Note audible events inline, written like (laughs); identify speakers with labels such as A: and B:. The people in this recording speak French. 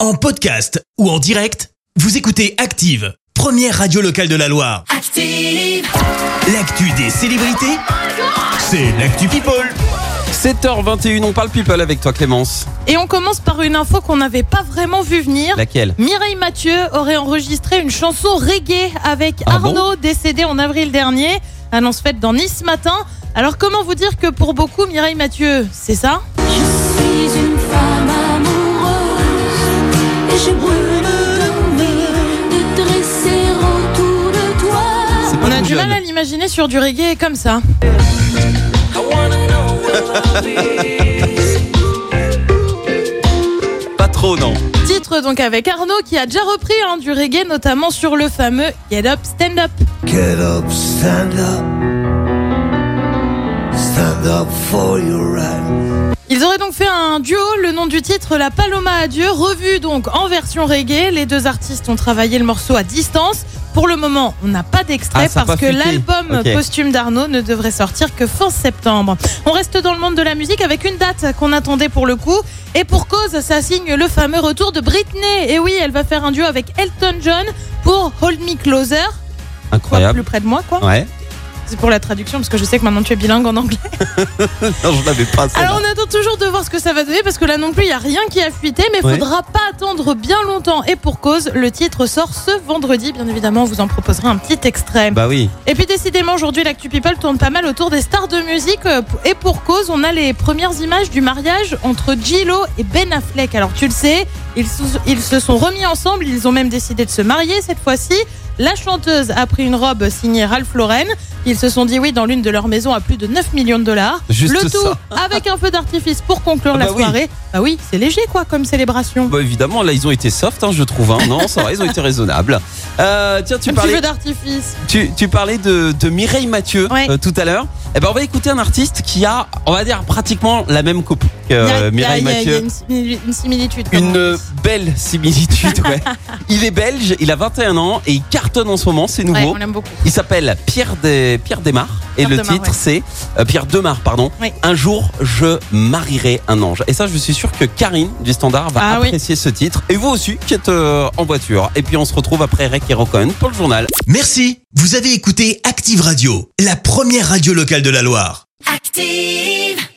A: En podcast ou en direct, vous écoutez Active, première radio locale de la Loire.
B: Active,
A: L'actu des célébrités, c'est l'actu People.
C: 7h21, on parle people avec toi Clémence.
D: Et on commence par une info qu'on n'avait pas vraiment vu venir.
C: Laquelle
D: Mireille Mathieu aurait enregistré une chanson reggae avec
C: Ah bon
D: Arnaud, décédé en avril dernier. Annonce faite dans Nice ce matin. Alors comment vous dire que pour beaucoup, Mireille Mathieu, c'est ça
C: Ah,
B: je suis une femme amoureuse et je brûle d'envie de dresser autour de toi.
C: C'est pas
D: On a
C: tout
D: du
C: jeune.
D: mal à l'imaginer sur du reggae comme ça.
C: (laughs) Pas trop, non.
D: Titre donc avec Arnaud qui a déjà repris hein, du reggae, notamment sur le fameux Get Up, Stand Up.
E: Get up, stand up. Stand up for your right.
D: Ils auraient donc fait un duo, le nom du titre La Paloma à Dieu, revu donc en version reggae. Les deux artistes ont travaillé le morceau à distance. Pour le moment, on n'a pas d'extrait
C: Ah, ça a
D: parce
C: pas
D: que
C: fuité.
D: l'album
C: Ok.
D: posthume d'Arnaud ne devrait sortir que fin septembre. On reste dans le monde de la musique avec une date qu'on attendait pour le coup. Et pour cause, ça signe le fameux retour de Britney. Et oui, elle va faire un duo avec Elton John pour Hold Me Closer. Quoi, plus
C: Incroyable.
D: près de moi, quoi.
C: Ouais.
D: C'est pour la traduction parce que je sais que maintenant tu es bilingue en anglais.
C: (laughs) Non, je l'avais pas. celle-là.
D: Alors on attend toujours de voir ce que ça va donner parce que là non plus il n'y a rien qui a fuité mais il
C: Ouais.
D: faudra pas attendre bien longtemps et pour cause le titre sort ce vendredi bien évidemment on vous en proposera un petit extrait.
C: Bah oui.
D: Et puis décidément aujourd'hui l'actu people tourne pas mal autour des stars de musique euh, et pour cause on a les premières images du mariage entre Gillo et Ben Affleck. Alors tu le sais ils, se- ils se sont remis ensemble ils ont même décidé de se marier cette fois-ci. La chanteuse a pris une robe signée Ralph Lauren. Ils se sont dit oui dans l'une de leurs maisons à plus de 9 millions de dollars.
C: Juste
D: le tout
C: ça.
D: avec un feu d'artifice pour conclure
C: Ah
D: la
C: bah oui.
D: soirée. Bah oui, c'est léger quoi comme célébration.
C: Bah évidemment, là, ils ont été soft, hein, je trouve. hein. Non, ça va, ils ont été raisonnables. Euh, tiens, tu
D: un petit
C: parlais,
D: feu d'artifice.
C: tu, tu parlais de, de Mireille Mathieu
D: Ouais.
C: euh, tout à l'heure. Eh ben, on va écouter un artiste qui a, on va dire, pratiquement la même coupe que
D: Il y a-
C: euh,
D: il y a-
C: Mireille
D: il y a- il y a
C: Mathieu.
D: une simili- une similitude. comme
C: Une
D: on
C: euh,
D: dit.
C: belle similitude, ouais.
D: (laughs)
C: il est belge, il a 21 ans et il cartonne en ce moment, c'est nouveau.
D: Ouais, on l'aime beaucoup.
C: Il s'appelle Pierre, des Pierre Desmar et
D: Pierre
C: le
D: Desmar,
C: titre
D: ouais.
C: c'est euh, Pierre Demar pardon.
D: Oui.
C: Un jour je marierai un ange. Et ça je suis sûr que Karine du Standard va
D: Ah oui.
C: apprécier ce titre et vous aussi qui êtes euh, en voiture. Et puis on se retrouve après Rec et Rock'n pour le journal.
A: Merci, vous avez écouté Active Radio, la première radio locale de la Loire.
B: Active.